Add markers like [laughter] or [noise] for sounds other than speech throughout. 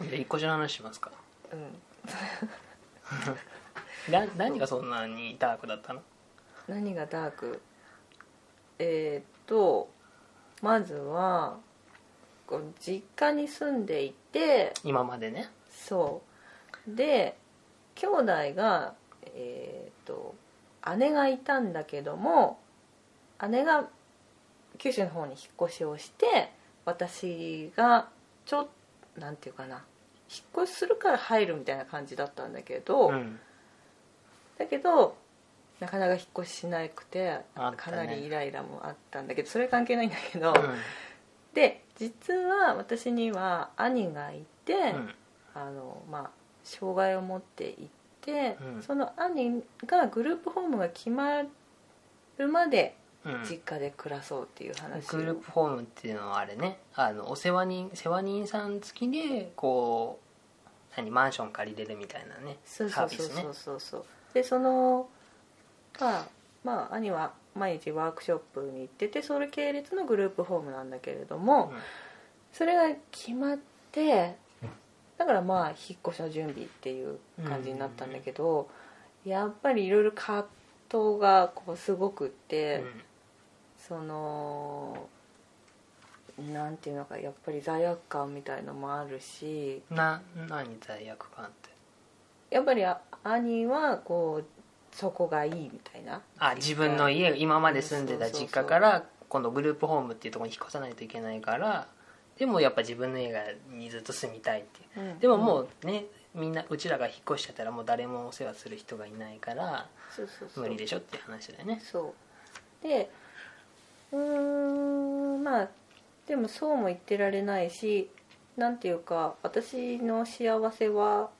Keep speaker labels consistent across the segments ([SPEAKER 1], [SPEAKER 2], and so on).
[SPEAKER 1] ゃあ引っ越しの話しますか
[SPEAKER 2] うん
[SPEAKER 1] な何がそんなにダークだったの
[SPEAKER 2] 何がダークえー、っとまずはこう実家に住んでいて
[SPEAKER 1] 今までね
[SPEAKER 2] そうで兄弟がえー、っと姉がいたんだけども姉が九州の方に引っ越しをして私がちょなんていうかな引っ越しするから入るみたいな感じだったんだけど、
[SPEAKER 1] うん
[SPEAKER 2] だけどなかなか引っ越ししなくて、
[SPEAKER 1] あったね
[SPEAKER 2] かなりイライラもあったんだけどそれ関係ないんだけど、
[SPEAKER 1] う
[SPEAKER 2] で実は私には兄がいて、
[SPEAKER 1] んうん
[SPEAKER 2] あのまあ、障害を持っていて、
[SPEAKER 1] うん
[SPEAKER 2] その兄がグループホームが決まるまで
[SPEAKER 1] うん
[SPEAKER 2] 実家で暮らそうっていう話を
[SPEAKER 1] グループホームっていうのはあれねあのお世話人世話人さん付きでこう何マンション借りれるみたいなね
[SPEAKER 2] そう
[SPEAKER 1] サ
[SPEAKER 2] そ
[SPEAKER 1] ービ
[SPEAKER 2] うそう
[SPEAKER 1] スね
[SPEAKER 2] そうそうそうでそのまあまあ兄は毎日ワークショップに行っててそれ系列のグループホームなんだけれども、
[SPEAKER 1] うん
[SPEAKER 2] それが決まってだからまあ引っ越しの準備っていう感じになったんだけど、やっぱりいろいろ葛藤がこうすごくって、そのなんていうのかやっぱり罪悪感みたいのもあるし
[SPEAKER 1] うんな何罪悪感って
[SPEAKER 2] やっぱりあ兄はこうそこがいいみたいな
[SPEAKER 1] あ自分の家今まで住んでた
[SPEAKER 2] そうそう
[SPEAKER 1] 実
[SPEAKER 2] そう
[SPEAKER 1] 家から今度グループホームっていうところに引っ越さないといけないからでもやっぱ自分の家がにずっと住みたいっていうでももうねみんなうちらが引っ越しちゃったらもう誰もお世話する人がいないから
[SPEAKER 2] そうそうそう
[SPEAKER 1] 無理でしょっていう話だよね
[SPEAKER 2] そうでうーんまあでもそうも言ってられないしなんていうか私の幸せは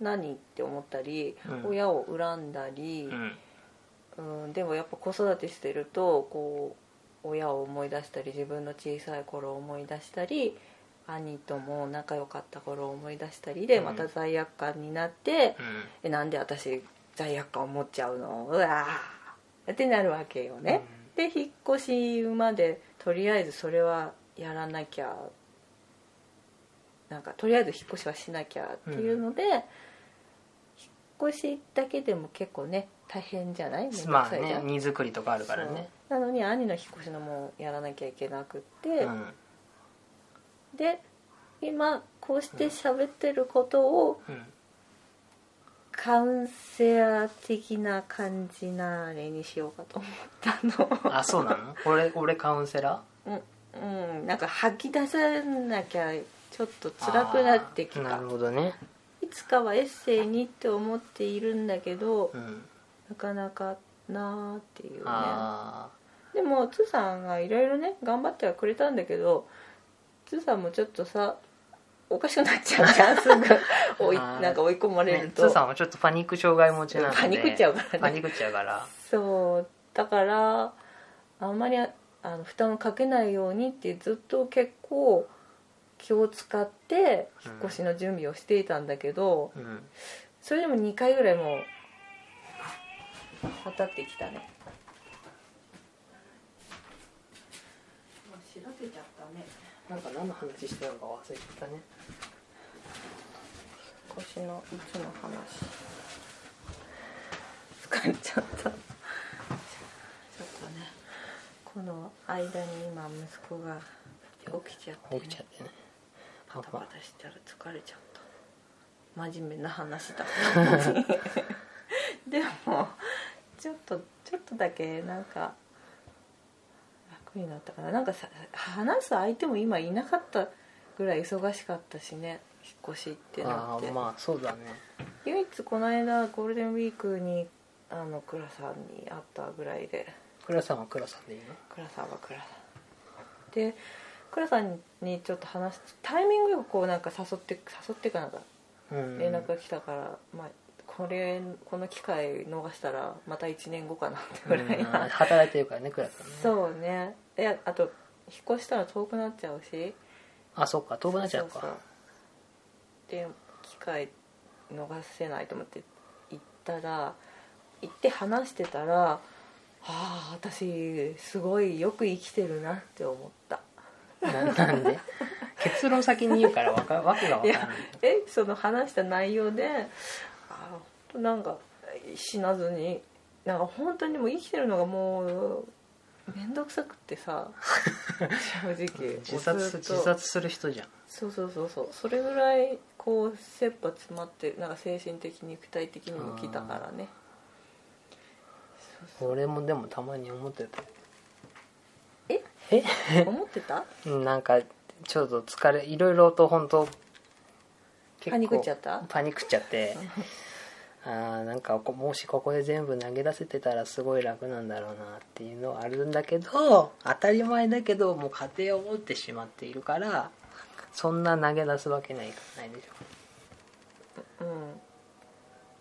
[SPEAKER 2] 何って思ったり、
[SPEAKER 1] うん
[SPEAKER 2] 親を恨んだり、
[SPEAKER 1] うん
[SPEAKER 2] うん、でもやっぱ子育てしてるとこう親を思い出したり自分の小さい頃を思い出したり兄とも仲良かった頃を思い出したりで
[SPEAKER 1] うん
[SPEAKER 2] また罪悪感になって、
[SPEAKER 1] うん
[SPEAKER 2] えなんで私罪悪感を持っちゃうのうわーってなるわけよね、で引っ越しまでとりあえずそれはやらなきゃなんかとりあえず引っ越しはしなきゃっていうので、引っ越しだけでも結構ね大変じゃないめんどく
[SPEAKER 1] まあ
[SPEAKER 2] さいじゃ
[SPEAKER 1] ね
[SPEAKER 2] ん
[SPEAKER 1] 荷造りとかあるからね
[SPEAKER 2] そうなのに兄の引っ越しのもやらなきゃいけなくって、
[SPEAKER 1] うん
[SPEAKER 2] で今こうして喋ってることを
[SPEAKER 1] うん
[SPEAKER 2] カウンセラー的な感じなあれにしようかと思った
[SPEAKER 1] あそうなの俺俺カウンセラ
[SPEAKER 2] のうんなんか吐き出さなきゃちょっと
[SPEAKER 1] [laughs] ー
[SPEAKER 2] 辛くなってき
[SPEAKER 1] あーな
[SPEAKER 2] た
[SPEAKER 1] るほどね
[SPEAKER 2] いつかはエッセイにって思っているんだけど
[SPEAKER 1] うん
[SPEAKER 2] なかなかなあっていうね
[SPEAKER 1] あ
[SPEAKER 2] でもつーさんがいろいろね頑張ってはくれたんだけどつーさんもちょっとさおかしくなっちゃうじゃんすぐ追い
[SPEAKER 1] あー
[SPEAKER 2] なんか追い込ま
[SPEAKER 1] あ
[SPEAKER 2] れ
[SPEAKER 1] ね
[SPEAKER 2] ると、
[SPEAKER 1] つーさんはちょっとパニック障害持ちなので
[SPEAKER 2] パニックっちゃ
[SPEAKER 1] う
[SPEAKER 2] うから
[SPEAKER 1] パ
[SPEAKER 2] ね
[SPEAKER 1] ニックっちゃう [laughs] から
[SPEAKER 2] そうだからあんまりああの負担をかけないようにってずっと結構気を使って引っ越しの準備をしていたんだけど、
[SPEAKER 1] うん
[SPEAKER 2] それでも2回ぐらいもう当たってきたね調べちゃったね
[SPEAKER 1] なんか何の話してたのか忘れちゃったね
[SPEAKER 2] 引っ越しのいつの話疲れちゃったちょっとねこの間に今息子が起きちゃって、
[SPEAKER 1] 起きちゃってね
[SPEAKER 2] パタパタしたら疲れちゃった真面目な話だ [laughs] でもちょっとちょっとだけなんか楽になったかななんかさ話す相手も今いなかったぐらい忙しかったしね引っ越しってな
[SPEAKER 1] あ
[SPEAKER 2] っ
[SPEAKER 1] あ
[SPEAKER 2] て
[SPEAKER 1] ーまあそうだね
[SPEAKER 2] 唯一この間ゴールデンウィークにあの倉さんに会ったぐらいで
[SPEAKER 1] 倉さんは倉さんでいいの
[SPEAKER 2] 倉さんは倉さんで倉さんにちょっと話すタイミングよくこうなんか誘って誘ってかなんか
[SPEAKER 1] うん
[SPEAKER 2] 連絡が来たから、まあこれこの機会逃したらまた1年後かなってぐらい
[SPEAKER 1] うん
[SPEAKER 2] な、
[SPEAKER 1] 働いてるからね倉さんね
[SPEAKER 2] そうねであと引っ越したら遠くなっちゃうし
[SPEAKER 1] あそっか遠くなっちゃう
[SPEAKER 2] そうそう
[SPEAKER 1] か
[SPEAKER 2] で機会逃せないと思って行ったら行って話してたらああ私すごいよく生きてるなって思った
[SPEAKER 1] [laughs] ななんで結論先に言うからわかわけがわ
[SPEAKER 2] い
[SPEAKER 1] かんない
[SPEAKER 2] やえその話した内容であ本当なんか死なずになんか本当にもう生きてるのがもう面倒くさくっ
[SPEAKER 1] [laughs]
[SPEAKER 2] てさ正直
[SPEAKER 1] 自殺
[SPEAKER 2] ず
[SPEAKER 1] す
[SPEAKER 2] っと
[SPEAKER 1] 自殺する人じゃん
[SPEAKER 2] そうそうそうそうそれぐらいこう切羽詰まってなんか精神的肉体的にもきたからね
[SPEAKER 1] 俺もでもたまに思ってた
[SPEAKER 2] 思っ
[SPEAKER 1] [laughs]
[SPEAKER 2] てた
[SPEAKER 1] うんなんかちょっと疲れいろいろと本当結構
[SPEAKER 2] パニクっちゃった
[SPEAKER 1] パニクっちゃってあーなんかこもしここで全部投げ出せてたらすごい楽なんだろうなっていうのはあるんだけど当たり前だけどもう家庭を持ってしまっているからそんな投げ出すわけないないでしょ
[SPEAKER 2] うん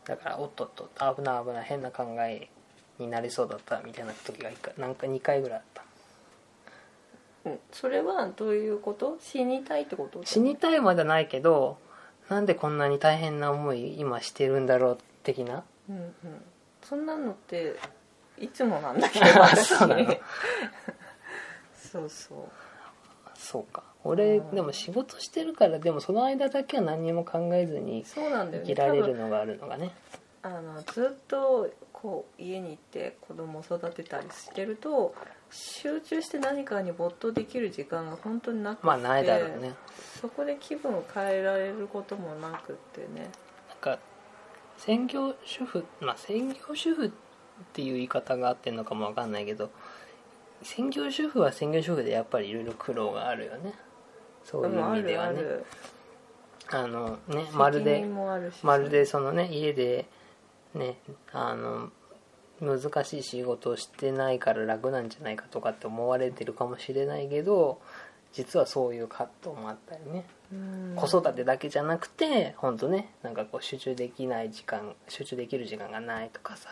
[SPEAKER 1] だからおっとっと危ない危ない変な考えになりそうだったみたいな時が一回なんか2回ぐらいあった
[SPEAKER 2] うんそれはどういうこと死にたいってこと
[SPEAKER 1] 死にたいまではないけどなんでこんなに大変な思い今してるんだろう的な
[SPEAKER 2] うんうんそんなのっていつもなんだけど
[SPEAKER 1] [laughs] あ
[SPEAKER 2] 私
[SPEAKER 1] そうなの
[SPEAKER 2] [laughs] そうそう
[SPEAKER 1] そうか俺
[SPEAKER 2] うん
[SPEAKER 1] でも仕事してるからでもその間だけは何にも考えずに
[SPEAKER 2] そうなん
[SPEAKER 1] 生
[SPEAKER 2] だよ
[SPEAKER 1] き
[SPEAKER 2] ね
[SPEAKER 1] られ
[SPEAKER 2] 多
[SPEAKER 1] る
[SPEAKER 2] 分
[SPEAKER 1] のがあるのがね
[SPEAKER 2] あのずっとこう家に行って子供を育てたりしてると集中して何かに没頭できる時間が本当になくて、
[SPEAKER 1] まあないだろうね
[SPEAKER 2] そこで気分を変えられることもなくってね
[SPEAKER 1] なんか専業主婦まあ専業主婦っていう言い方があってんのかもわかんないけど専業主婦は専業主婦でやっぱりいろいろ苦労があるよねそういう
[SPEAKER 2] も
[SPEAKER 1] 意
[SPEAKER 2] あ
[SPEAKER 1] 味で
[SPEAKER 2] る
[SPEAKER 1] は
[SPEAKER 2] あ
[SPEAKER 1] ね
[SPEAKER 2] る
[SPEAKER 1] あのねまる
[SPEAKER 2] 責
[SPEAKER 1] で
[SPEAKER 2] 任もあるし
[SPEAKER 1] まるでそのね家でねあの難しい仕事をしてないから楽なんじゃないかとかって思われてるかもしれないけど実はそういう葛藤もあったりね、
[SPEAKER 2] うん
[SPEAKER 1] 子育てだけじゃなくて本当ねなんかこう集中できない時間集中できる時間がないとかさ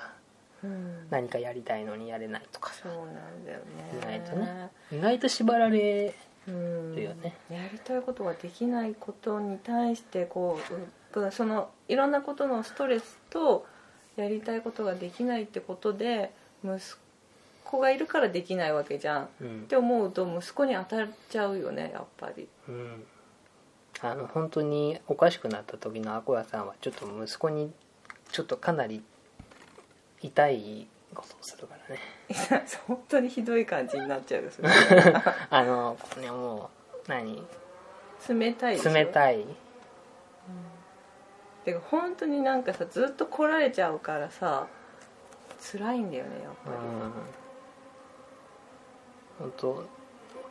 [SPEAKER 2] うん
[SPEAKER 1] 何かやりたいのにやれないとかさ
[SPEAKER 2] そうなんだよ
[SPEAKER 1] 意
[SPEAKER 2] ね
[SPEAKER 1] 外とね意外と縛られ
[SPEAKER 2] うん
[SPEAKER 1] るよね
[SPEAKER 2] やりたいことができないことに対してこううそのいろんなことのストレスとやりたいことができないってことで息子がいるからできないわけじゃんっ
[SPEAKER 1] うん
[SPEAKER 2] て思うと息子に当たっちゃうよねやっぱり [laughs]
[SPEAKER 1] うん、あの本当におかしくなった時のアコヤさんはちょっと息子にちょっとかなり痛いことをするからね
[SPEAKER 2] 本当にひどい感じになっちゃうよそれ
[SPEAKER 1] あのこうねもう何
[SPEAKER 2] 冷たいでしょ
[SPEAKER 1] 冷
[SPEAKER 2] い
[SPEAKER 1] たい
[SPEAKER 2] てか本当になんかさずっと来られちゃうからさ辛いんだよねやっぱ
[SPEAKER 1] うん
[SPEAKER 2] り、
[SPEAKER 1] 本当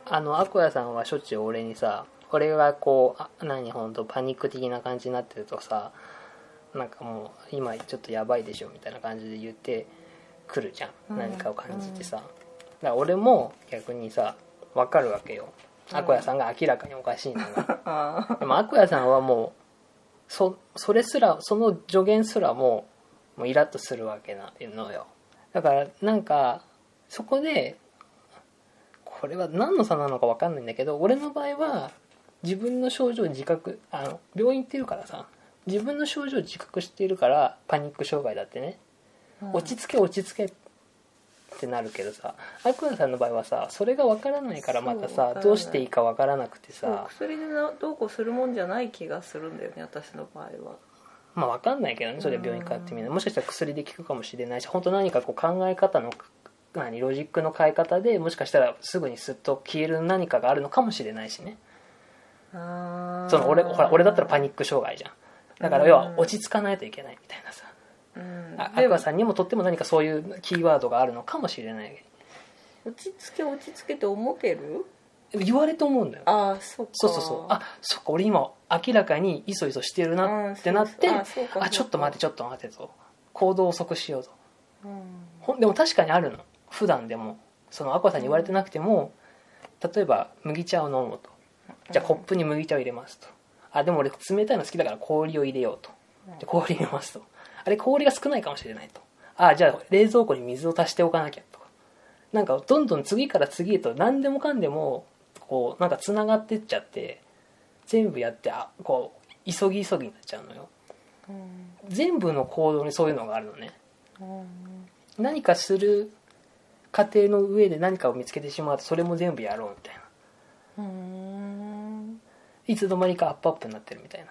[SPEAKER 1] あのアコヤさんはしょっちゅう俺にさ俺がこうあ何本当パニック的な感じになってるとさなんかもう今ちょっとやばいでしょみたいな感じで言ってくるじゃん、
[SPEAKER 2] うん
[SPEAKER 1] 何かを感じてさ、だから俺も逆にさ分かるわけよアコヤさんが明らかにおかしいのが、
[SPEAKER 2] ああ
[SPEAKER 1] でもアコヤさんはもうそそれすらその助言すらももうイラッとするわけなのよだからなんかそこでこれは何の差なのか分かんないんだけど俺の場合は自分の症状を自覚あの病院行ってるからさ自分の症状を自覚しているからパニック障害だってね
[SPEAKER 2] [laughs]
[SPEAKER 1] 落ち着け落ち着けってなるけどさアクアさんの場合はさそれが分からないからまた
[SPEAKER 2] そう
[SPEAKER 1] さ
[SPEAKER 2] わからない
[SPEAKER 1] どうしていいか分からなくて
[SPEAKER 2] そう
[SPEAKER 1] さ
[SPEAKER 2] 薬でなどうこうするもんじゃない気がするんだよね私の場合は
[SPEAKER 1] まあ分かんないけどねそれは病院通ってみないもしかしたら薬で効くかもしれないし本当何かこう考え方の何ロジックの変え方でもしかしたらすぐにすっと消える何かがあるのかもしれないしね
[SPEAKER 2] あー
[SPEAKER 1] その俺ほら俺だったらパニック障害じゃんだから
[SPEAKER 2] うん
[SPEAKER 1] 要は落ち着かないといけないみたいなさ
[SPEAKER 2] うん
[SPEAKER 1] あア
[SPEAKER 2] で
[SPEAKER 1] ク
[SPEAKER 2] も
[SPEAKER 1] アさんにもとっても何かそういうキーワードがあるのかもしれない
[SPEAKER 2] 落ち着け落ち着けって思ってる
[SPEAKER 1] 言われて思うんだよ
[SPEAKER 2] ああそうか
[SPEAKER 1] そうそうそうあそっか俺今明らかにいそいそしてる
[SPEAKER 2] うん
[SPEAKER 1] なってなって
[SPEAKER 2] そうそうあそうか
[SPEAKER 1] あちょっと待ってちょっと待てと行動を遅くしようと
[SPEAKER 2] うん
[SPEAKER 1] ほんでも確かにあるの普段でもそのアコさんに言われてなくても例えば麦茶を飲もうとじゃあコップに麦茶を入れますとあでも俺冷たいの好きだから氷を入れようとで氷入れますとあれ氷が少ないかもしれないとあじゃあ冷蔵庫に水を足しておかなきゃとかなんかどんどん次から次へと何でもかんでもこうなんかつながってっちゃって全部やってあこう急ぎ急ぎになっちゃうのよ
[SPEAKER 2] うん
[SPEAKER 1] 全部の行動にそういうのがあるのね
[SPEAKER 2] うん
[SPEAKER 1] 何かする過程の上で何かを見つけてしまうとそれも全部やろうみたいな
[SPEAKER 2] うん
[SPEAKER 1] いつの間にかアップアップになってるみたいな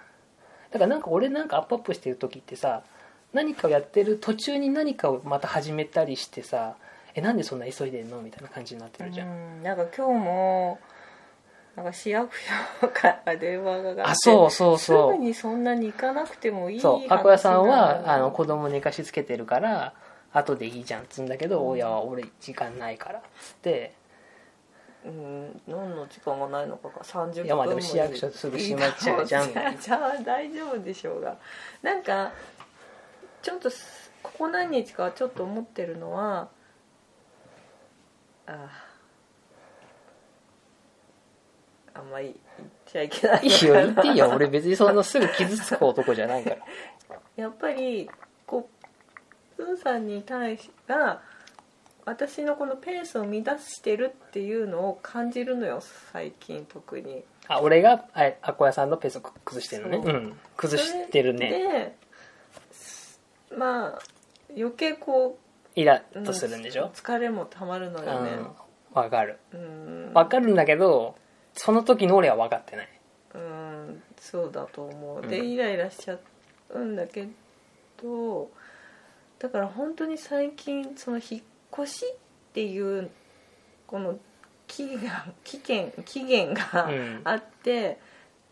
[SPEAKER 1] だからなんか俺なんかアップアップしてる時ってさ何かをやってる途中に何かをまた始めたりしてさえなんでそんな急いでんのみたいな感じになってるじゃん、
[SPEAKER 2] うんなんか今日もなんか市役所から電話がかかって
[SPEAKER 1] あそうそうそう
[SPEAKER 2] すぐにそんなに行かなくてもいい
[SPEAKER 1] そうア
[SPEAKER 2] 話
[SPEAKER 1] クアさん
[SPEAKER 2] な
[SPEAKER 1] は
[SPEAKER 2] の
[SPEAKER 1] あの子供寝かしつけてるから後でいいじゃんっつうんだけど、
[SPEAKER 2] うん
[SPEAKER 1] 親は俺時間ないからっつって
[SPEAKER 2] うん何の時間がないのかが30分
[SPEAKER 1] いやまあでも市役所すぐ閉まっちゃうじゃん
[SPEAKER 2] いいだろじゃあ大丈夫でしょうがなんかちょっとすここ何日かちょっと思ってるのはあああんまり言っちゃいけない
[SPEAKER 1] い
[SPEAKER 2] の
[SPEAKER 1] い
[SPEAKER 2] か
[SPEAKER 1] よ
[SPEAKER 2] な
[SPEAKER 1] 言っていいよ俺別にそんなすぐ傷つく男じゃないから
[SPEAKER 2] やっぱりこうプーさんに対しが私のこのペースを乱してるっていうのを感じるのよ最近特に。
[SPEAKER 1] あ俺があれアコヤさんのペースを崩してるのね
[SPEAKER 2] そう
[SPEAKER 1] うん崩してるね
[SPEAKER 2] でまあ余計こ
[SPEAKER 1] イラ
[SPEAKER 2] う、う
[SPEAKER 1] ッとするんでしょ、
[SPEAKER 2] 疲れもたまるの
[SPEAKER 1] う
[SPEAKER 2] よね
[SPEAKER 1] ん、わかる
[SPEAKER 2] うん
[SPEAKER 1] わかるんだけどその時の俺は分かってない
[SPEAKER 2] うんそうだと思う
[SPEAKER 1] う
[SPEAKER 2] で
[SPEAKER 1] ん
[SPEAKER 2] イライラしちゃうんだけどだから本当に最近その引っ越しっていうこの期が期限期限が
[SPEAKER 1] うん
[SPEAKER 2] あって、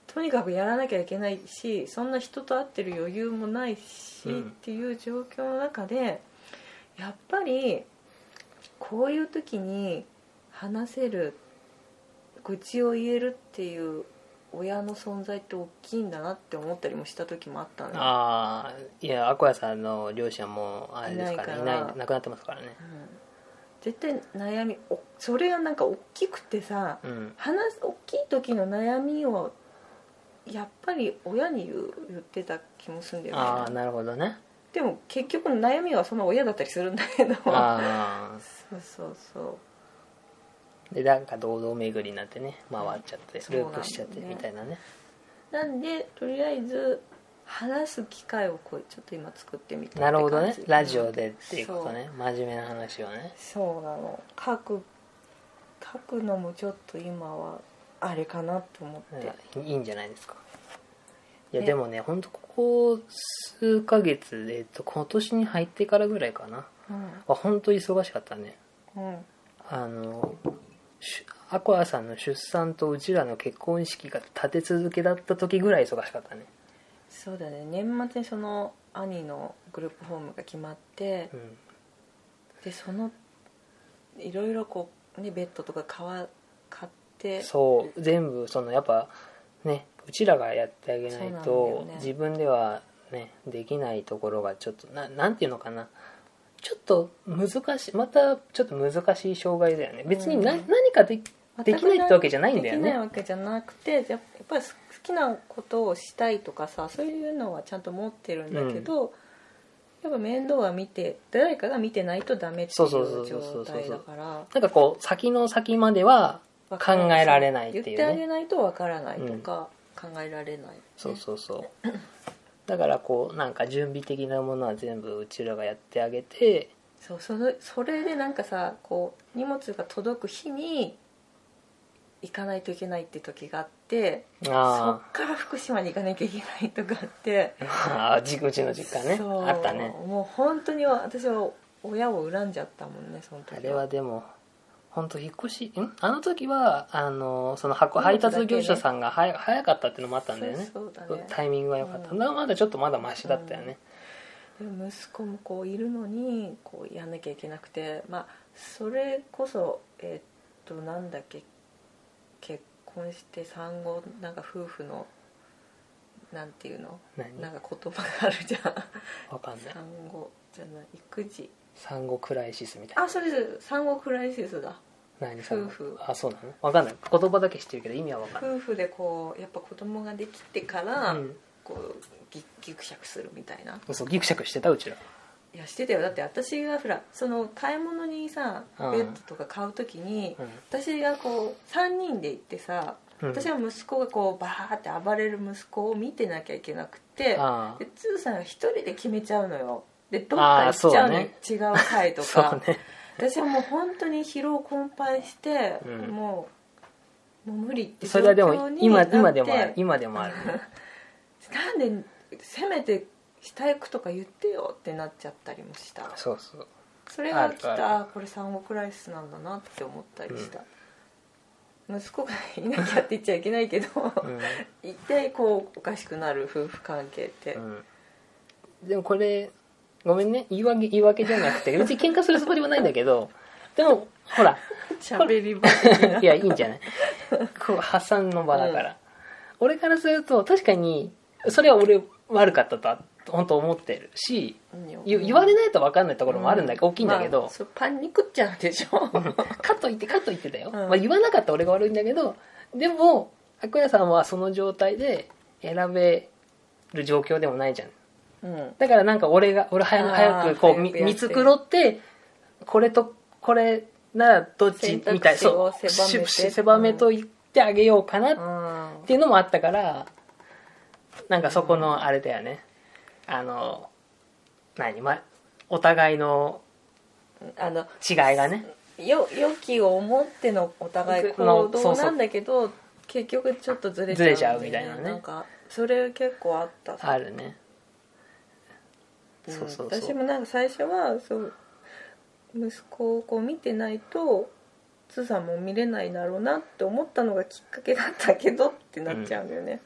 [SPEAKER 2] とにかくやらなきゃいけないしそんな人と会ってる余裕もないし、
[SPEAKER 1] うん
[SPEAKER 2] っていう状況の中でやっぱりこういう時に話せる愚痴を言えるっていう親の存在って大きいんだなって思ったりもした時もあったのよ
[SPEAKER 1] ああいやアコヤさんの両親はもうあれですからねいな
[SPEAKER 2] いないいから
[SPEAKER 1] なくなってますからね
[SPEAKER 2] うん絶対悩みおそれがなんか大きくてさ
[SPEAKER 1] うん
[SPEAKER 2] 話す大きい時の悩みをやっぱり親に言う言ってた気もするんだ
[SPEAKER 1] あ
[SPEAKER 2] よ
[SPEAKER 1] あ
[SPEAKER 2] ね
[SPEAKER 1] なるほど
[SPEAKER 2] [laughs]
[SPEAKER 1] ね
[SPEAKER 2] でも結局悩みはその親だったりするんだけど
[SPEAKER 1] ああ
[SPEAKER 2] そうそうそ
[SPEAKER 1] でなんか堂々巡りになってね回っちゃって
[SPEAKER 2] そう
[SPEAKER 1] ル
[SPEAKER 2] な
[SPEAKER 1] ー
[SPEAKER 2] んだよね
[SPEAKER 1] プしちゃってみたいなね
[SPEAKER 2] うなんでとりあえず話す機会をこうちょっと今作ってみたって
[SPEAKER 1] なるほどね
[SPEAKER 2] 感じ
[SPEAKER 1] ラジオでっていうことね真面目な話をね
[SPEAKER 2] そうなの書く書くのもちょっと今はあれかなと思って、
[SPEAKER 1] うんいいんじゃないですかいや
[SPEAKER 2] ね
[SPEAKER 1] でもね本当ここ数ヶ月えっと今年に入ってからぐらいかなあ本当忙しかったね
[SPEAKER 2] うんうん
[SPEAKER 1] あのしアコアさんの出産とうちらの結婚式が立て続けだった時ぐらい忙しかったね
[SPEAKER 2] そうだね年末にその兄のグループホームが決まって
[SPEAKER 1] うん
[SPEAKER 2] でそのいろいろこうねベッドとか買わ買って
[SPEAKER 1] そう全部そのやっぱねうちらがやってあげない
[SPEAKER 2] そう
[SPEAKER 1] と
[SPEAKER 2] なんだよね
[SPEAKER 1] 自分ではねできないところがちょっとななんていうのかなちょっと難しいまたちょっと難しい障害だよね別にな、
[SPEAKER 2] うん
[SPEAKER 1] 何かでできないってわけじゃないんだよ
[SPEAKER 2] できない
[SPEAKER 1] ね
[SPEAKER 2] わけじゃなくてやっやっぱり好きなことをしたいとかさそういうのはちゃんと持ってるんだけど、やっぱ面倒は見て誰かが見てないとダメってい
[SPEAKER 1] そう
[SPEAKER 2] う
[SPEAKER 1] そうそうそうそう
[SPEAKER 2] 状態だから
[SPEAKER 1] なんかこう先の先までは
[SPEAKER 2] わからん
[SPEAKER 1] 考えられないっていうね
[SPEAKER 2] 言ってあげないとわからないとか、考えられない
[SPEAKER 1] そうそうそうだからこうなんか準備的なものは全部うちらがやってあげて
[SPEAKER 2] そうそれそれでなんかさこう荷物が届く日に行かないといけないって時があってそ
[SPEAKER 1] あ
[SPEAKER 2] っから福島に行かなきゃいけないとかあって
[SPEAKER 1] ー [laughs] あーじうちの実家ね
[SPEAKER 2] そう
[SPEAKER 1] あったね
[SPEAKER 2] もう本当に私は親を恨んじゃったもんねその時
[SPEAKER 1] あれはでも本当引っ越しんあの時はあのその箱配達業者さんが早,、早かったってのもあったんだよね
[SPEAKER 2] そうそうだね
[SPEAKER 1] タイミングが良かった、
[SPEAKER 2] うん
[SPEAKER 1] まだちょっとまだマシだったよね、
[SPEAKER 2] でも息子もこういるのにこうやんなきゃいけなくてまあそれこそえっとなんだっけ結婚して産後なんか夫婦のなんていうの
[SPEAKER 1] 何
[SPEAKER 2] なんか言葉があるじゃん
[SPEAKER 1] わかんない
[SPEAKER 2] 産後じゃない育児
[SPEAKER 1] 産後クライシスみたいな
[SPEAKER 2] あそうです産後クライシスだ
[SPEAKER 1] 何産後
[SPEAKER 2] 夫婦
[SPEAKER 1] あそうなのわかんない言葉だけ知ってるけど意味はわかんない
[SPEAKER 2] 夫婦でこうやっぱ子供ができてから、
[SPEAKER 1] うん
[SPEAKER 2] こうギギクシャクするみたいな
[SPEAKER 1] そうギクシャクしてたうちら
[SPEAKER 2] いやしてたよだって私がほらその買い物にさベ
[SPEAKER 1] うん
[SPEAKER 2] ッドとか買う時に、
[SPEAKER 1] うん
[SPEAKER 2] 私がこう3人で行ってさ、
[SPEAKER 1] うん
[SPEAKER 2] 私は息子がこうバーって暴れる息子を見てなきゃいけなくて
[SPEAKER 1] あー
[SPEAKER 2] でつーさんが1人で決めちゃうのよでどっか行っちゃうのよ、
[SPEAKER 1] あ
[SPEAKER 2] 違う回 [laughs] と
[SPEAKER 1] そ
[SPEAKER 2] か
[SPEAKER 1] うね
[SPEAKER 2] 私はもう本当に疲労困憊して、
[SPEAKER 1] うん
[SPEAKER 2] もうもう無理って
[SPEAKER 1] それはで
[SPEAKER 2] 状況
[SPEAKER 1] も
[SPEAKER 2] に
[SPEAKER 1] 今
[SPEAKER 2] なって
[SPEAKER 1] 今でもある今でも
[SPEAKER 2] [laughs]
[SPEAKER 1] ある
[SPEAKER 2] なんでせめて下行くとか言ってよってなっちゃったりもした
[SPEAKER 1] そうそう
[SPEAKER 2] それが来
[SPEAKER 1] ある
[SPEAKER 2] た
[SPEAKER 1] あ
[SPEAKER 2] あこれサンゴクライシスなんだなって思ったりした、息子がいなきゃって言っちゃいけないけど、
[SPEAKER 1] うん
[SPEAKER 2] 一体こうおかしくなる夫婦関係って、
[SPEAKER 1] うん、でもこれごめんね言い訳言い訳じゃな
[SPEAKER 2] [laughs]
[SPEAKER 1] くて別に喧嘩するつもりはないんだけどでもほら
[SPEAKER 2] しゃべりばっかりない
[SPEAKER 1] やいいんじゃないこう破産の場だから、俺からすると確かにそれは俺悪かったとは本当思ってるし言言われないと分かんないところもあるんだけど、大きいんだけ
[SPEAKER 2] ま
[SPEAKER 1] ど
[SPEAKER 2] あ、、そうパンに食っちゃうでしょ
[SPEAKER 1] かといってかといってだよ、
[SPEAKER 2] うん
[SPEAKER 1] まあ、言わなかった俺が悪いんだけどでもアクヤさんはその状態で選べる状況でもないじゃん
[SPEAKER 2] うん
[SPEAKER 1] だからなんか俺が俺早く
[SPEAKER 2] あー
[SPEAKER 1] 早くこ
[SPEAKER 2] 早
[SPEAKER 1] う
[SPEAKER 2] く
[SPEAKER 1] み
[SPEAKER 2] やって
[SPEAKER 1] 見繕ってこれとこれならどっち
[SPEAKER 2] 選択肢を
[SPEAKER 1] みたいそう
[SPEAKER 2] 狭めて
[SPEAKER 1] し狭めと言ってあげようかなっ
[SPEAKER 2] うん
[SPEAKER 1] ていうのもあったからなんかそこのあれだよねあの何まお互いの
[SPEAKER 2] あの
[SPEAKER 1] 違いがね
[SPEAKER 2] よ良きを思ってのお互い行動なんだけど結局ちょっとずれちゃう,、
[SPEAKER 1] ずれちゃうみたいなね
[SPEAKER 2] なんかそれ結構あった
[SPEAKER 1] あるね
[SPEAKER 2] うん
[SPEAKER 1] そうそうそう
[SPEAKER 2] 私もなんか最初はそう息子をこう見てないとつーさんも見れないだろうなって思ったのがきっかけだったけどってなっちゃうんだよね、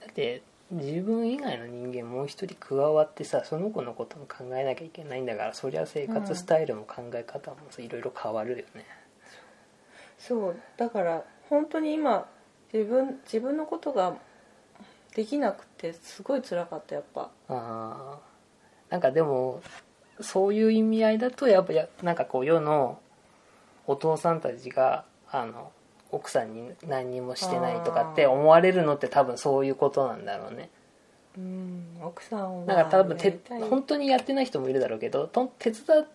[SPEAKER 1] だって自分以外の人間もう一人加わってさその子のことも考えなきゃいけないんだからそりゃ生活スタイルも考え方もさいろいろ変わるよね、
[SPEAKER 2] そうだから本当に今自分自分のことができなくてすごい辛かったやっぱ
[SPEAKER 1] あーなんかでもそういう意味合いだとやっぱやなんかこう世のお父さんたちがあの奥さんに何にもしてないとかって思われるのって多分そういうことなんだろうね
[SPEAKER 2] うん奥さんは
[SPEAKER 1] なんか多分
[SPEAKER 2] や
[SPEAKER 1] て
[SPEAKER 2] りたい
[SPEAKER 1] 本当にやってない人もいるだろうけどと手伝っ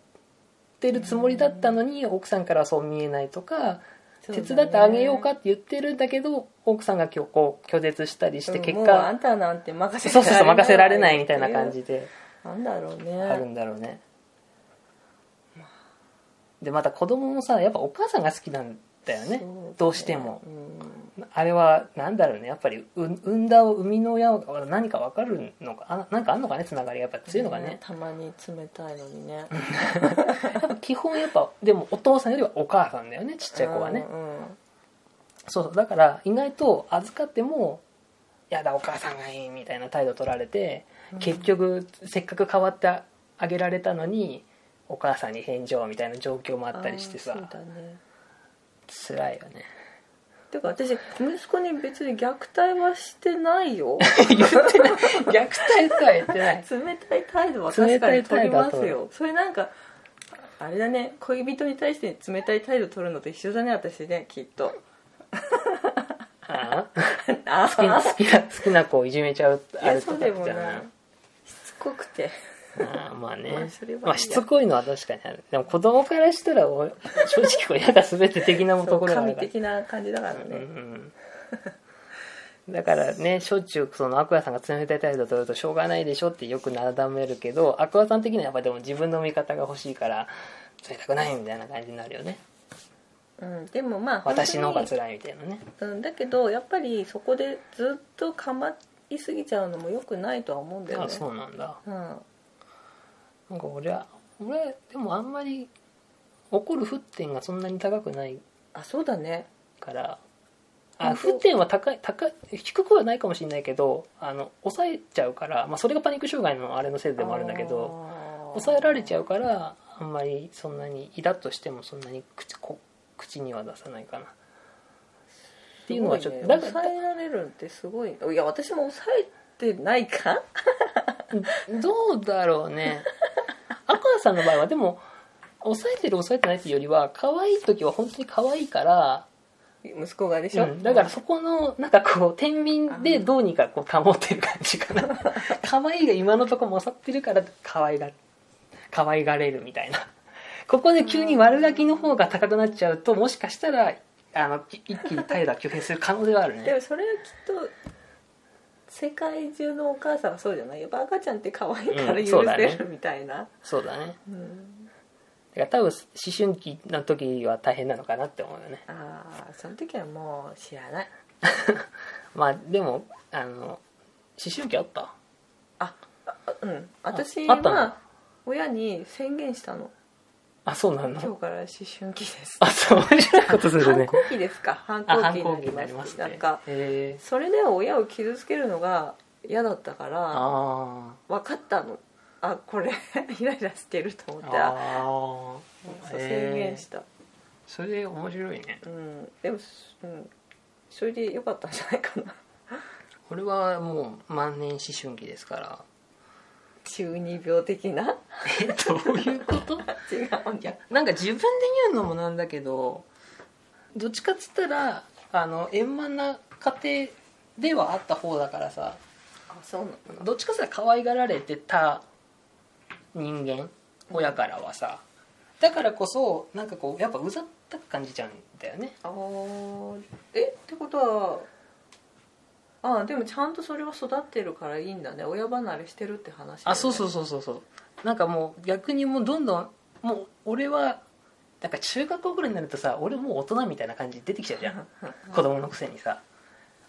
[SPEAKER 1] てるつもりだったのに奥さんからはそう見えないとか、
[SPEAKER 2] そう
[SPEAKER 1] 手
[SPEAKER 2] だね
[SPEAKER 1] 伝ってあげようかって言ってるんだけど奥さんが今日こう拒絶したりして
[SPEAKER 2] うん
[SPEAKER 1] 結
[SPEAKER 2] もうあ
[SPEAKER 1] 果、
[SPEAKER 2] んたなんて任せ
[SPEAKER 1] そうそうそう任せられない
[SPEAKER 2] っ
[SPEAKER 1] み
[SPEAKER 2] て
[SPEAKER 1] た
[SPEAKER 2] う
[SPEAKER 1] いな感じで
[SPEAKER 2] なんだろうね
[SPEAKER 1] あるんだろうね。でまた子供もさやっぱお母さんが好きなんだよね
[SPEAKER 2] そね
[SPEAKER 1] どうしても
[SPEAKER 2] うん
[SPEAKER 1] あれはなんだろうねやっぱりう産んだ生みの親は何か分かるのかあなんかあんのかねつながりやっぱ強いのかね
[SPEAKER 2] たまに冷たいのにね
[SPEAKER 1] 基本やっぱでもお父さんよりはお母さんだよねちっちゃい子はね、
[SPEAKER 2] うんうん
[SPEAKER 1] そうそうだから意外と預かっても「やだお母さんがいい」みたいな態度取られて、
[SPEAKER 2] うん
[SPEAKER 1] 結局せっかく変わってあげられたのにお母さんに返上みたいな状況もあったりして
[SPEAKER 2] あーそう
[SPEAKER 1] さ
[SPEAKER 2] だね
[SPEAKER 1] 辛いよね [laughs]
[SPEAKER 2] てか私息子に別に虐待はしてないよ
[SPEAKER 1] 言ってない虐待とは言ってない
[SPEAKER 2] [laughs] 冷たい態度は確かに取ります
[SPEAKER 1] 冷たい態度
[SPEAKER 2] よそれなんかあれだね恋人に対して冷たい態度取るのと一緒だね私ねきっと
[SPEAKER 1] あ
[SPEAKER 2] あ
[SPEAKER 1] あ好き好きな好きな子をいじめちゃう
[SPEAKER 2] い
[SPEAKER 1] あ
[SPEAKER 2] や
[SPEAKER 1] れと
[SPEAKER 2] そ
[SPEAKER 1] かじ
[SPEAKER 2] うで
[SPEAKER 1] ゃ
[SPEAKER 2] もない
[SPEAKER 1] ん
[SPEAKER 2] しつこくて
[SPEAKER 1] あーまあ
[SPEAKER 2] ま
[SPEAKER 1] ね
[SPEAKER 2] あそれはいいや
[SPEAKER 1] まあしつこいのは確かにあるでも子供からしたらお正直これやだ全て的な
[SPEAKER 2] そ
[SPEAKER 1] と
[SPEAKER 2] う
[SPEAKER 1] ころがある
[SPEAKER 2] 神
[SPEAKER 1] から
[SPEAKER 2] 的な感じだからね、
[SPEAKER 1] うんうん、 [laughs] だからねしょっちゅうそのアクアさんが冷たい態度取るとしょうがないでしょってよくなだめるけどアクアさん的にはやっぱでも自分の味方が欲しいから冷たくないみたいな感じになるよね
[SPEAKER 2] うん、でもまあ
[SPEAKER 1] 私の方が
[SPEAKER 2] 本
[SPEAKER 1] 辛いみたいなね
[SPEAKER 2] 当にうん、だけどやっぱりそこでずっと構いすぎちゃうのもよくないとは思うんだよね
[SPEAKER 1] あそうなんだ
[SPEAKER 2] うん、
[SPEAKER 1] なんか俺は俺でもあんまり怒る沸点がそんなに高くない
[SPEAKER 2] あそうだね
[SPEAKER 1] からあ
[SPEAKER 2] 本当
[SPEAKER 1] 沸点は高い高い低くはないかもしれないけどあの抑えちゃうから、まあ、それがパニック障害のあれのせいでもあるんだけど抑えられち
[SPEAKER 2] ゃう
[SPEAKER 1] ゃうからあんまりそんなにイラッとしてもそんなに口こ口には出さないかなっていうのはちょっと、だか
[SPEAKER 2] 抑えられるってすごいいや私も抑えてないから [laughs]
[SPEAKER 1] どうだろうね赤羽さんの場合はでも抑えてる抑えてないっていうよりは可愛い時は本当に可愛いから、
[SPEAKER 2] 息子がでし
[SPEAKER 1] う
[SPEAKER 2] ょ、
[SPEAKER 1] んだからそこのなんかこう天秤でどうにかこう保ってる感じか [laughs] な可愛いが今のところ勝ってるから可愛が可愛がれるみたいなここで急に悪ガキの方が高くなっちゃうともしかしたらあのい一気に態度が急変する可能性はある
[SPEAKER 2] で
[SPEAKER 1] ね
[SPEAKER 2] もそれはきっと世界中のお母さんはそうじゃないやっぱ赤ちゃんって可愛いから
[SPEAKER 1] うんそ
[SPEAKER 2] 許
[SPEAKER 1] うだね
[SPEAKER 2] せるみたいな、
[SPEAKER 1] そうだね
[SPEAKER 2] うん
[SPEAKER 1] から多分思春期の時は大変なのかなって思うよね
[SPEAKER 2] ああその時はもう知らない
[SPEAKER 1] まあでもあの思春期あった
[SPEAKER 2] ああうん私
[SPEAKER 1] あったの
[SPEAKER 2] は親に宣言したの
[SPEAKER 1] あそうなの
[SPEAKER 2] 今日から思春期です
[SPEAKER 1] あそう面白いことする
[SPEAKER 2] 反
[SPEAKER 1] ね
[SPEAKER 2] 抗期ですか反
[SPEAKER 1] あ
[SPEAKER 2] 抗
[SPEAKER 1] 反
[SPEAKER 2] 期
[SPEAKER 1] 抗期
[SPEAKER 2] に
[SPEAKER 1] にな
[SPEAKER 2] なり
[SPEAKER 1] り
[SPEAKER 2] ま
[SPEAKER 1] ますす
[SPEAKER 2] なん
[SPEAKER 1] ね
[SPEAKER 2] か
[SPEAKER 1] へえ
[SPEAKER 2] それで親を傷つけるのが嫌だったから
[SPEAKER 1] あ
[SPEAKER 2] 分かったのあこれ [laughs] イライラしてると思
[SPEAKER 1] ー
[SPEAKER 2] ってあ
[SPEAKER 1] あー
[SPEAKER 2] そ
[SPEAKER 1] へ
[SPEAKER 2] う宣
[SPEAKER 1] え
[SPEAKER 2] 言した、
[SPEAKER 1] それで面白いね
[SPEAKER 2] うんでも、うん、それでよかったんじゃないかな [laughs]
[SPEAKER 1] これはもう万年思春期ですから
[SPEAKER 2] 中二病的な [laughs]
[SPEAKER 1] えどういうこと
[SPEAKER 2] 違うんじゃ
[SPEAKER 1] [laughs] なんか自分で言うのもなんだけどどっちかっつったらあの円満な家庭ではあった方だからさ
[SPEAKER 2] あそうなの
[SPEAKER 1] どっちかっつったら可愛がられてた人間親からはさだからこそなんかこうやっぱうざったく感じちゃうんだよね
[SPEAKER 2] あーえってことはあでもちゃんとそれは育ってるからいいんだね親離れしてるって話だよね、
[SPEAKER 1] あそうそうそうそうそうなんかもう逆にもうどんどんもう俺はなんか中学校ぐらいになるとさ俺もう大人みたいな感じ出てきちゃうじゃん子供のくせにさ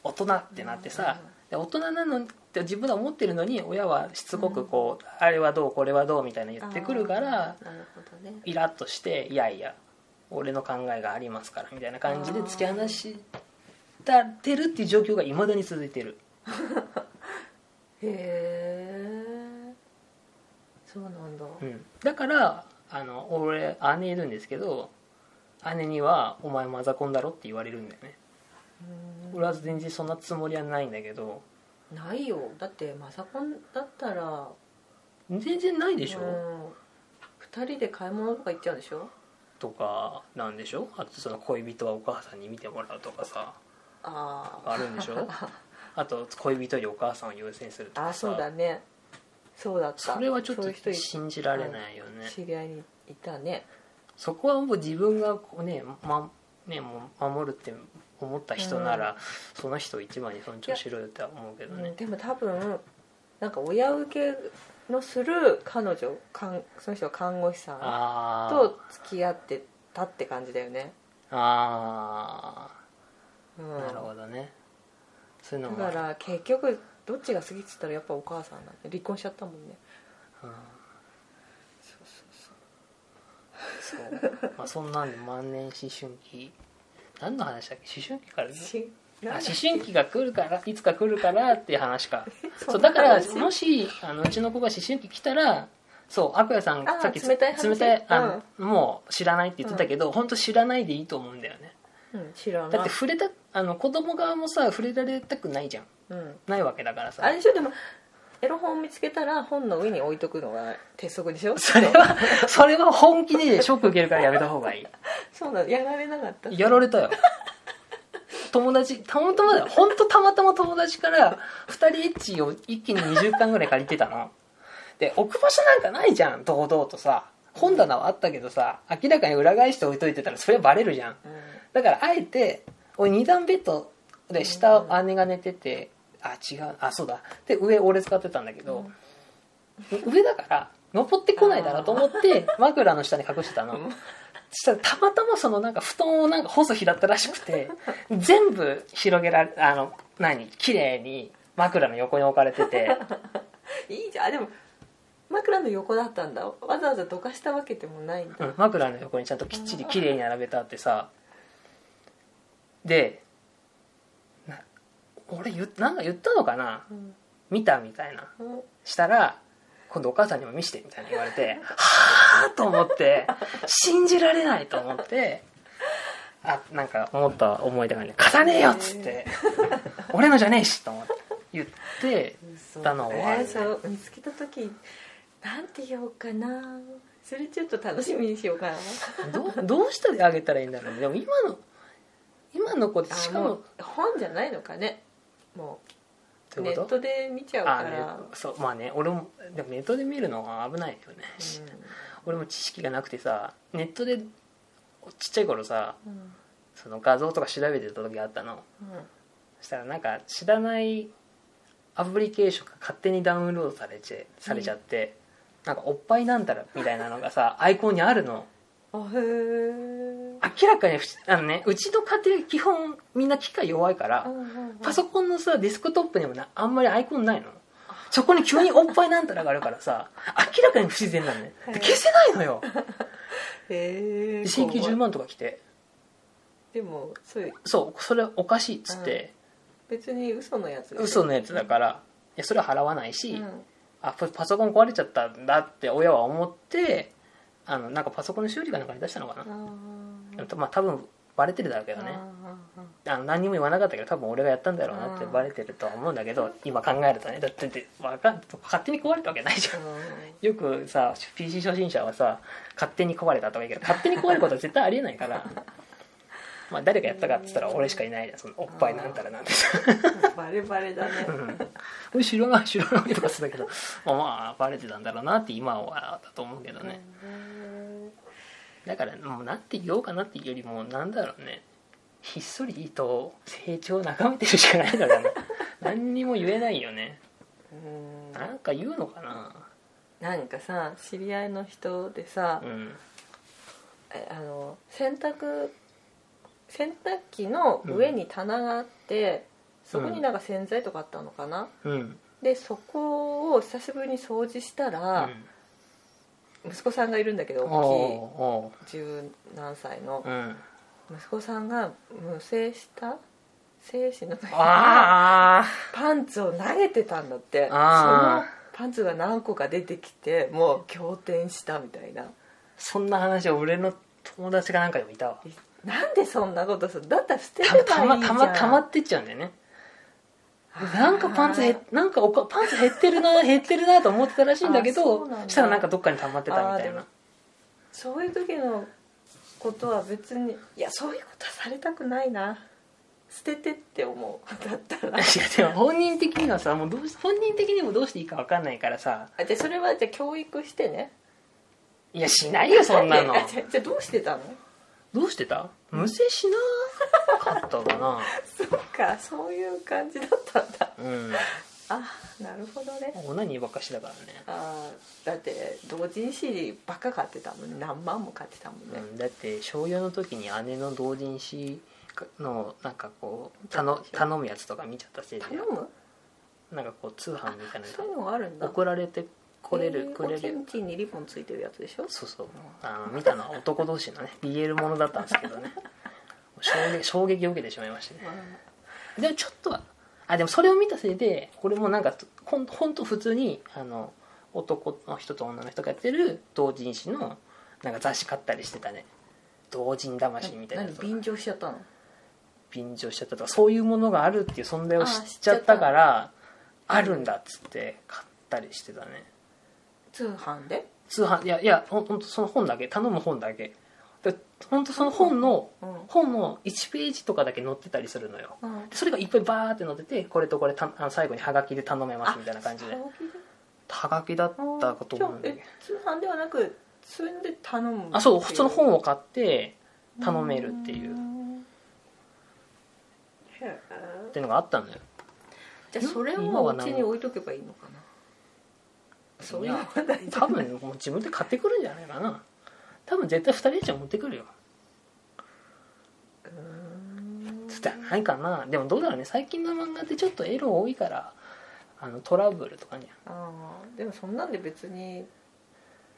[SPEAKER 1] 大人ってなってさで大人なのって自分は思ってるのに親はしつこくこう、あれはどうこれはどうみたいな言ってくるから
[SPEAKER 2] あーなるほどね
[SPEAKER 1] イラッとしていやいや俺の考えがありますからみたいな感じで突き放したてるっていう状況がいまだに続いてる
[SPEAKER 2] へえそうなんだ、
[SPEAKER 1] うん、だからあの俺姉いるんですけど姉には「お前マザコンだろ?」って言われるんだよね
[SPEAKER 2] う
[SPEAKER 1] 俺は全然そんなつもりはないんだけど
[SPEAKER 2] んないよだってマサコンだったら
[SPEAKER 1] 全然ないでしょ、
[SPEAKER 2] うん二人で買い物とか行っちゃうんでしょ
[SPEAKER 1] とかなんでしょあとその恋人はお母さんに見てもらうとかさ
[SPEAKER 2] ああ
[SPEAKER 1] あるんでしょ
[SPEAKER 2] [laughs]
[SPEAKER 1] あと恋人よりお母さんを優先すると
[SPEAKER 2] あ
[SPEAKER 1] か
[SPEAKER 2] ー
[SPEAKER 1] さ
[SPEAKER 2] そうだねそうだった
[SPEAKER 1] それはちょっ
[SPEAKER 2] そういう人
[SPEAKER 1] と
[SPEAKER 2] い
[SPEAKER 1] 信じられないよね
[SPEAKER 2] 知り合いにいたね
[SPEAKER 1] そこはもう自分がこうね,、ま、ねもう守るって思った人なら、その人を一番に尊重しろよって思うけどね、
[SPEAKER 2] うんでも多分なんか親受けのする彼女かんその人は看護師さん
[SPEAKER 1] あー
[SPEAKER 2] と付き合ってたって感じだよね、
[SPEAKER 1] あ
[SPEAKER 2] うん
[SPEAKER 1] あ、なるほどねそういうの
[SPEAKER 2] だ
[SPEAKER 1] も
[SPEAKER 2] か
[SPEAKER 1] ある
[SPEAKER 2] ら結局どっちが好きって言ったらやっぱお母さんなんで離婚しちゃったもんね
[SPEAKER 1] うん
[SPEAKER 2] そうそう
[SPEAKER 1] そう、まあ、そんなんで万年思春期何の話だっけ思春期から
[SPEAKER 2] し
[SPEAKER 1] あ
[SPEAKER 2] なんだ
[SPEAKER 1] 思春期が来るからいつか来るからっていう話
[SPEAKER 2] [laughs]
[SPEAKER 1] か
[SPEAKER 2] そ
[SPEAKER 1] そ
[SPEAKER 2] んな
[SPEAKER 1] うだから
[SPEAKER 2] 話
[SPEAKER 1] もしあのうちの子が思春期来たらそう悪也さん
[SPEAKER 2] あー
[SPEAKER 1] さっき
[SPEAKER 2] 冷たい話
[SPEAKER 1] 冷たいあのもう知らないって言ってたけど、本当知らないでいいと思うんだよね
[SPEAKER 2] うん、知らない
[SPEAKER 1] だって触れたあの子供側もさ触れられたくないじゃん
[SPEAKER 2] うん、
[SPEAKER 1] ないわけだからさ
[SPEAKER 2] あれでしょでもエロ本を見つけたら本の上に置いとくのが鉄則でし
[SPEAKER 1] [laughs]
[SPEAKER 2] ょ
[SPEAKER 1] それは [laughs] それは本気でショック受けるからやめた方がいい
[SPEAKER 2] [laughs] そうなのやられなかった
[SPEAKER 1] やられたよ友達たまたまだよ本当たまたま友達から2人エッチを一気に20巻ぐらい借りてたので置く場所なんかないじゃん堂々とさ本棚はあったけどさ明らかに裏返して置いといてたらそれはバレるじゃん
[SPEAKER 2] う
[SPEAKER 1] だからあえて俺2段ベッドで下姉が寝ててあ違うあそうだで上俺使ってたんだけど、上だから登ってこないだろうと思って枕の下に隠してたの
[SPEAKER 2] ん
[SPEAKER 1] そしたらたまたまそのなんか布団をなんか細日だったらしくて全部広げられあの何綺麗に枕の横に置かれてて
[SPEAKER 2] ん、いいじゃんあでも枕の横だったんだわざわざどかしたわけでもないんだ
[SPEAKER 1] うん枕の横にちゃんときっちり綺麗に並べてあってさでな俺言っなんか言ったのかな
[SPEAKER 2] うん
[SPEAKER 1] 見たみたいな
[SPEAKER 2] うん
[SPEAKER 1] したら今度お母さんにも見してみたいな言われてはあと思って信じられないと思ってあなんか思った思い出がね「貸さねえよ」っつって「俺のじゃねえし」と思って言って
[SPEAKER 2] 嘘
[SPEAKER 1] だのはある
[SPEAKER 2] え
[SPEAKER 1] ね
[SPEAKER 2] ーそう見つけた時なんて言おうかなそれちょっと楽しみにしようかな
[SPEAKER 1] どうどうしてあげたらいいんだろうねでも今の今の子ってしか
[SPEAKER 2] あ
[SPEAKER 1] も
[SPEAKER 2] う本じゃないのかねもう
[SPEAKER 1] どうい
[SPEAKER 2] ネ
[SPEAKER 1] うこ
[SPEAKER 2] ッ
[SPEAKER 1] と
[SPEAKER 2] トで見ちゃう
[SPEAKER 1] あね
[SPEAKER 2] から、
[SPEAKER 1] そうまあね俺もでもネットで見るのは危ないよね、俺も知識がなくてさネットでちっちゃい頃さ
[SPEAKER 2] うんうん
[SPEAKER 1] その画像とか調べてた時あったの
[SPEAKER 2] うん
[SPEAKER 1] そしたらなんか知らないアプリケーションが勝手にダウンロードされちゃされちゃって、なんかおっぱいなんたらみたいなのがさアイコンにあるの
[SPEAKER 2] あへえ
[SPEAKER 1] 明らかにふちあのねうちの家庭基本みんな機械弱いからパソコンのさデスクトップにもなあんまりアイコンないのそこに急におっぱいなんたらがあるから [laughs] さ明らかに不自然なのねで
[SPEAKER 2] はい
[SPEAKER 1] 消せないのよ
[SPEAKER 2] へえ
[SPEAKER 1] 新規10万とか来て
[SPEAKER 2] でもそれ
[SPEAKER 1] そうそれおかしいっつって、
[SPEAKER 2] 別に嘘のやつ
[SPEAKER 1] 嘘
[SPEAKER 2] の
[SPEAKER 1] のやつだからいやそれは払わないし、
[SPEAKER 2] うん
[SPEAKER 1] あパパソコン壊れちゃったんだって親は思ってあのなんかパソコンの修理かなんかに出したのかな、
[SPEAKER 2] あ
[SPEAKER 1] まあ多分バレてるだろうけどねあの何にも言わなかったけど多分俺がやったんだろうなって
[SPEAKER 2] うん
[SPEAKER 1] バレてるとは思うんだけど今考えるとねだってだってわかん勝手に壊れたわけないじゃんよくさ PC 初心者はさ勝手に壊れたとか言うけど勝手に壊ることは絶対ありえないから [laughs] まあ誰がやったかっつったら俺しかいないじゃんそのおっぱいなんたらなんてさ
[SPEAKER 2] バレバレだね
[SPEAKER 1] うん知らない知らないとかするんだ [laughs] けどまあまあバレてたんだろうなって今はだと思うけどね
[SPEAKER 2] うん
[SPEAKER 1] だからもうなんて言おうかなっていうよりもなんだろうねひっそりと成長を眺めてるしかないだ [laughs] ろうね何にも言えないよね
[SPEAKER 2] うん
[SPEAKER 1] なんか言うのかな
[SPEAKER 2] なんかさ知り合いの人でさ
[SPEAKER 1] うん
[SPEAKER 2] えあの洗濯洗濯機の上に棚があって、そこになんか洗剤とかあったのかな、
[SPEAKER 1] うん
[SPEAKER 2] でそこを久しぶりに掃除したら、息子さんがいるんだけど
[SPEAKER 1] うん
[SPEAKER 2] 大
[SPEAKER 1] お
[SPEAKER 2] きい十何歳の
[SPEAKER 1] うおううん
[SPEAKER 2] 息子さんが無精した精子の時に
[SPEAKER 1] あ
[SPEAKER 2] パンツを投げてたんだってそ
[SPEAKER 1] あー
[SPEAKER 2] のパンツが何個か出てきてもう仰天したみたいな
[SPEAKER 1] ーそんな話俺の友達がなんかでもいたわ
[SPEAKER 2] なんでそんなことするだったら捨てれば
[SPEAKER 1] た
[SPEAKER 2] いいじゃ
[SPEAKER 1] た
[SPEAKER 2] ん
[SPEAKER 1] またまたまってっちゃうんだよねなんかパンツへなんかおかパンツ減ってるな減ってるなと思ってたらしいんだけ
[SPEAKER 2] あそ
[SPEAKER 1] ど
[SPEAKER 2] うなんだ
[SPEAKER 1] したらなんかどっかに溜まってたみた
[SPEAKER 2] あーで
[SPEAKER 1] い
[SPEAKER 2] も
[SPEAKER 1] な
[SPEAKER 2] そういう時のことは別にいやそういうことはされたくないな捨ててって思うだったら
[SPEAKER 1] いやでも本人的にはさもうどうし本人的にもどうしていいか分かんないからさ
[SPEAKER 2] あじゃあそれはじゃあ教育してね
[SPEAKER 1] いやしないよそんなの
[SPEAKER 2] いや [laughs] じゃあじゃあどうしてたの
[SPEAKER 1] どうしてた無制しなかったかな
[SPEAKER 2] そうかそういう感じだったんだ
[SPEAKER 1] うん
[SPEAKER 2] あなるほどね
[SPEAKER 1] オナニーばっかしだから
[SPEAKER 2] あーだって同人誌ばっか買ってたもんね何万も買ってたもん
[SPEAKER 1] ね、
[SPEAKER 2] ね
[SPEAKER 1] うん、だって小4の時に姉の同人誌のなんかこう頼頼むやつとか見ちゃったせいで
[SPEAKER 2] 頼む
[SPEAKER 1] なんかこう通販みたいな
[SPEAKER 2] そういうのがあるん
[SPEAKER 1] の
[SPEAKER 2] だ
[SPEAKER 1] 送られてこれる、
[SPEAKER 2] えー
[SPEAKER 1] くれ
[SPEAKER 2] おち
[SPEAKER 1] る
[SPEAKER 2] んちんにリボンついてるやつでしょ
[SPEAKER 1] そうそうあの見たのは男同士のね BL ものだったんですけどね衝撃衝撃を受けてしまいましたねでもちょっとはあでもそれを見たせいで俺もなんかほんほんと普通にあの男の人と女の人がやってる同人誌のなんか雑誌買ったりしてたね同人魂みたいなや
[SPEAKER 2] 何
[SPEAKER 1] つとか
[SPEAKER 2] 便乗しちゃったの
[SPEAKER 1] 便乗しちゃったとかそういうものがあるっていう存在を
[SPEAKER 2] あ
[SPEAKER 1] 知
[SPEAKER 2] ー
[SPEAKER 1] っちゃったからあるんだっつって買ったりしてたね
[SPEAKER 2] 通販で
[SPEAKER 1] 通販いやいやほんほんとその本だけ頼む本だけでほんとその本の
[SPEAKER 2] うん
[SPEAKER 1] 本の1ページとかだけ載ってたりするのよ
[SPEAKER 2] うん
[SPEAKER 1] でそれがいっぱいバーって載っててこれとこれたあの最後にハガキで頼めますみたいな感じでハガキだったかと思うんだけど
[SPEAKER 2] じゃあえ通販ではなく通販で頼む
[SPEAKER 1] あそうその本を買って頼めるっていううん
[SPEAKER 2] へ
[SPEAKER 1] っ
[SPEAKER 2] え
[SPEAKER 1] ていうのがあったんだよ
[SPEAKER 2] じゃあそれをお家に置いとけばいいのかなそういう問題じゃ
[SPEAKER 1] 多
[SPEAKER 2] ない
[SPEAKER 1] 分もう自分で買ってくるんじゃないかな多分絶対2人以上持ってくるよつってないかなでもどうだろうね最近の漫画ってちょっとエロ多いからあのトラブルとかに
[SPEAKER 2] あーでもそんなんで別に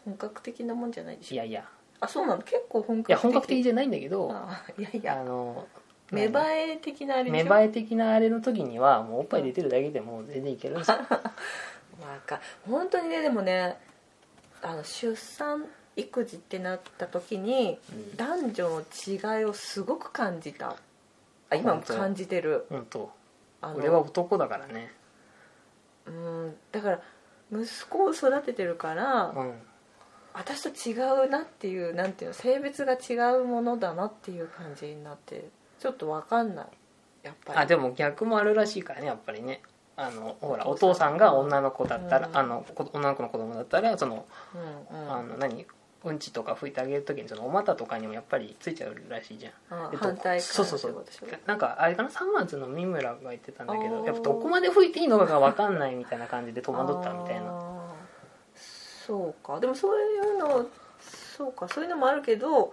[SPEAKER 2] 本格的なもんじゃないで
[SPEAKER 1] い
[SPEAKER 2] しょ
[SPEAKER 1] やいや
[SPEAKER 2] あそうなの結構本格的
[SPEAKER 1] いや本格的じゃないんだけどあ
[SPEAKER 2] あーいやいや
[SPEAKER 1] の
[SPEAKER 2] 芽生え的なあれで
[SPEAKER 1] 芽
[SPEAKER 2] しょ
[SPEAKER 1] 生え的なあれの時にはもうおっぱい出てるだけでもう全然いけるん
[SPEAKER 2] [laughs]
[SPEAKER 1] ですよ、
[SPEAKER 2] わか本当にねでもねあの出産育児ってなった時に
[SPEAKER 1] うん、
[SPEAKER 2] 男女の違いをすごく感じたあ今も
[SPEAKER 1] 本当
[SPEAKER 2] 感じてる
[SPEAKER 1] 本当
[SPEAKER 2] あの
[SPEAKER 1] 俺は男だからね
[SPEAKER 2] うんだから息子を育ててるから
[SPEAKER 1] うん
[SPEAKER 2] 私と違うなっていうなんていうの性別が違うものだなっていう感じになってちょっとわかんないやっぱり
[SPEAKER 1] あでも逆もあるらしいからねやっぱりねあのほらお父さんが女の子だったら、
[SPEAKER 2] うん
[SPEAKER 1] あのこ女の子の子供だったらその、
[SPEAKER 2] うんうん
[SPEAKER 1] あの何うんちとか拭いてあげる時にそのお股とかにもやっぱりついちゃうらしいじゃん
[SPEAKER 2] あ
[SPEAKER 1] えっと
[SPEAKER 2] 反対
[SPEAKER 1] そうそうそう
[SPEAKER 2] ってことでしょ
[SPEAKER 1] なんかあれかな3月の三村が言ってたんだけ
[SPEAKER 2] あ
[SPEAKER 1] ど
[SPEAKER 2] ー
[SPEAKER 1] やっぱどこまで拭いていいのかが分かんないみたいな感じで戸惑ったみたい
[SPEAKER 2] あ
[SPEAKER 1] な
[SPEAKER 2] ーそうかでもそういうのそうかそういうのもあるけど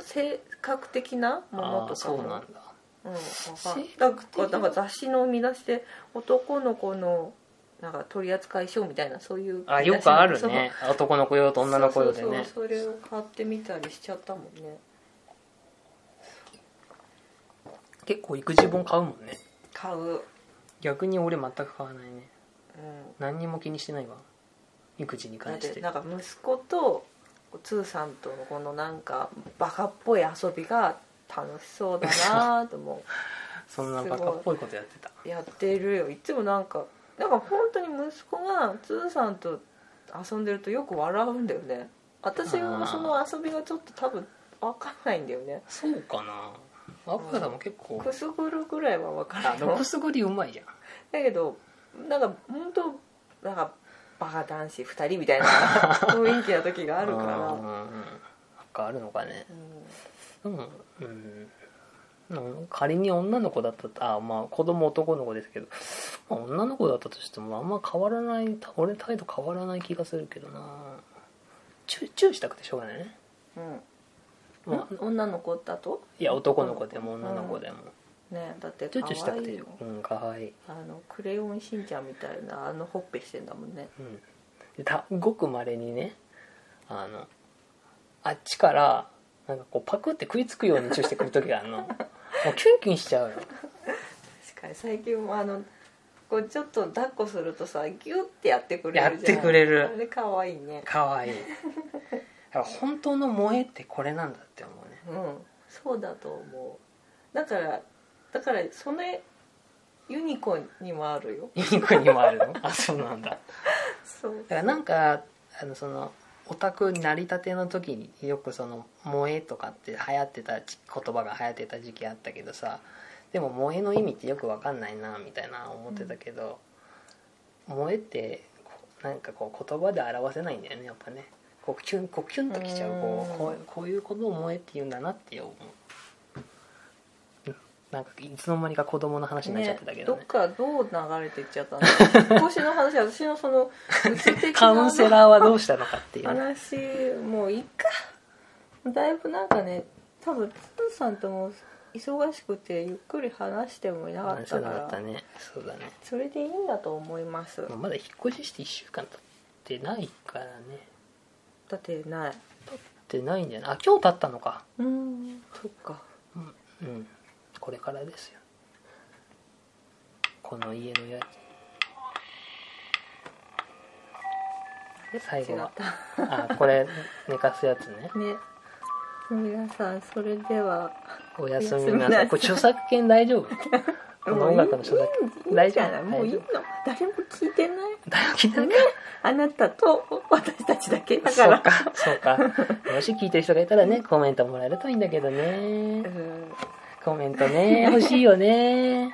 [SPEAKER 2] 性格的なもの
[SPEAKER 1] あ
[SPEAKER 2] と
[SPEAKER 1] あ
[SPEAKER 2] か
[SPEAKER 1] そう
[SPEAKER 2] も
[SPEAKER 1] なんだ
[SPEAKER 2] うん、わかん
[SPEAKER 1] 性
[SPEAKER 2] なん
[SPEAKER 1] 格的
[SPEAKER 2] かなんか雑誌の見出しで男の子のなんか取扱書みたいなそういう
[SPEAKER 1] あ
[SPEAKER 2] 見
[SPEAKER 1] よ
[SPEAKER 2] 出しの
[SPEAKER 1] くあるね男の子用と
[SPEAKER 2] そう
[SPEAKER 1] 女の子用でね
[SPEAKER 2] そうそうそうそれを買ってみたりしちゃったもんね
[SPEAKER 1] 結構育児本買うもんね
[SPEAKER 2] 買う、うん、
[SPEAKER 1] 逆に俺全く買わないね何にも気にしてないわ育児に
[SPEAKER 2] だっ
[SPEAKER 1] 関してて
[SPEAKER 2] なんか息子とツーさんとのこのなんかバカっぽい遊びが楽しそうだなと思う
[SPEAKER 1] そんなバカっぽいことやってた
[SPEAKER 2] やってるよいつもなんかなんか本当に息子がつーさんと遊んでるとよく笑うんだよね私
[SPEAKER 1] あー
[SPEAKER 2] はその遊びがちょっと多分分かんないんだよね
[SPEAKER 1] そうかな若さも結構
[SPEAKER 2] くすぐるぐらいは分か
[SPEAKER 1] あ
[SPEAKER 2] る
[SPEAKER 1] の
[SPEAKER 2] [laughs] よ
[SPEAKER 1] くすぐりうまいじゃん
[SPEAKER 2] だけどなんか本当なんかバカ男子2人みた [laughs] いな雰囲気な時があるから
[SPEAKER 1] うんうんうんなんかあるのかねでもうんなん仮に女の子だったとあまあ子供男の子ですけど、まあ女の子だったとしてもあんま変わらない俺態度変わらない気がするけどなチュチューしたくてしょうがないね、
[SPEAKER 2] うん、うん
[SPEAKER 1] まあ、
[SPEAKER 2] 女の子だと
[SPEAKER 1] いや男の子でも女の子でも、
[SPEAKER 2] ねだって
[SPEAKER 1] チューチューした
[SPEAKER 2] 可
[SPEAKER 1] く
[SPEAKER 2] 愛
[SPEAKER 1] て
[SPEAKER 2] いよ
[SPEAKER 1] うんかわいい、
[SPEAKER 2] あのクレヨンしんちゃんみたいなあのほっぺしてんだもんね
[SPEAKER 1] うん、でたごくまれにねあのあっちからなんかこうパクって食いつくようにチューしてくる時があ
[SPEAKER 2] [laughs]
[SPEAKER 1] るのもうキュンキュンしちゃうよ
[SPEAKER 2] 確かに最近もあのこうちょっと抱っこするとさギュッてやってくれるじゃん
[SPEAKER 1] やってくれる
[SPEAKER 2] あれかわいいね
[SPEAKER 1] かわいいだから本当の萌えってこれなんだって思うね
[SPEAKER 2] うんそうだと思うだからだからそれユニコーンにもあるよ
[SPEAKER 1] ユニクロにもあるのあそうなんだだ
[SPEAKER 2] そう
[SPEAKER 1] からなんかあのそのオタクになりたての時によくその「萌え」とかって流行ってたじ言葉が流行ってた時期あったけどさでも「萌え」の意味ってよく分かんないなみたいな思ってたけど「萌え」ってこうなんかこう言葉で表せないんだよねやっぱねこうキュンこうキュンときちゃうこ
[SPEAKER 2] う
[SPEAKER 1] うんこうこういうことを「萌え」って言うんだなって思ううんなんかいつの間にか子供の話になっちゃってたけど
[SPEAKER 2] ど
[SPEAKER 1] ね
[SPEAKER 2] っからどう流れていっち
[SPEAKER 1] [laughs]
[SPEAKER 2] ゃったの引っ越しの話私のそのうつ的
[SPEAKER 1] カウンセラーはどうしたのかっていうね
[SPEAKER 2] 話もういいかだいぶなんかね多分つーさんとも忙しくてゆっくり話してもいなかっ
[SPEAKER 1] 話せ
[SPEAKER 2] た
[SPEAKER 1] な
[SPEAKER 2] か
[SPEAKER 1] からったねそうだね
[SPEAKER 2] それでいいんだと思います
[SPEAKER 1] まあまだ引っ越しして1週間経ってないからね
[SPEAKER 2] だってない
[SPEAKER 1] 経ってないんじゃないあ今日経ったのか
[SPEAKER 2] うんそっか
[SPEAKER 1] うん、うん、これからですよこの家のや最
[SPEAKER 2] 違
[SPEAKER 1] 後
[SPEAKER 2] っ
[SPEAKER 1] は
[SPEAKER 2] た
[SPEAKER 1] あこれ寝かすやつ
[SPEAKER 2] [laughs]
[SPEAKER 1] ね
[SPEAKER 2] ね皆さんそれでは
[SPEAKER 1] おやすみ
[SPEAKER 2] おやすみ
[SPEAKER 1] な
[SPEAKER 2] な
[SPEAKER 1] さ
[SPEAKER 2] さ
[SPEAKER 1] い
[SPEAKER 2] い
[SPEAKER 1] これ著作権大丈夫
[SPEAKER 2] [laughs]
[SPEAKER 1] この音楽の著作
[SPEAKER 2] いい
[SPEAKER 1] 権
[SPEAKER 2] いい
[SPEAKER 1] 大
[SPEAKER 2] んじ
[SPEAKER 1] 丈
[SPEAKER 2] ゃない
[SPEAKER 1] 夫
[SPEAKER 2] もういいの誰も聞いてない
[SPEAKER 1] 大丈夫 [laughs]
[SPEAKER 2] ねあなたと私たちだけだか
[SPEAKER 1] そう
[SPEAKER 2] ら
[SPEAKER 1] かそうかもし聞いてる人がいたらねコメントもらえるといいんだけどね
[SPEAKER 2] うん
[SPEAKER 1] コメントね欲しいよね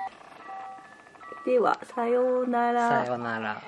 [SPEAKER 2] [laughs] ではさようなら
[SPEAKER 1] さようなら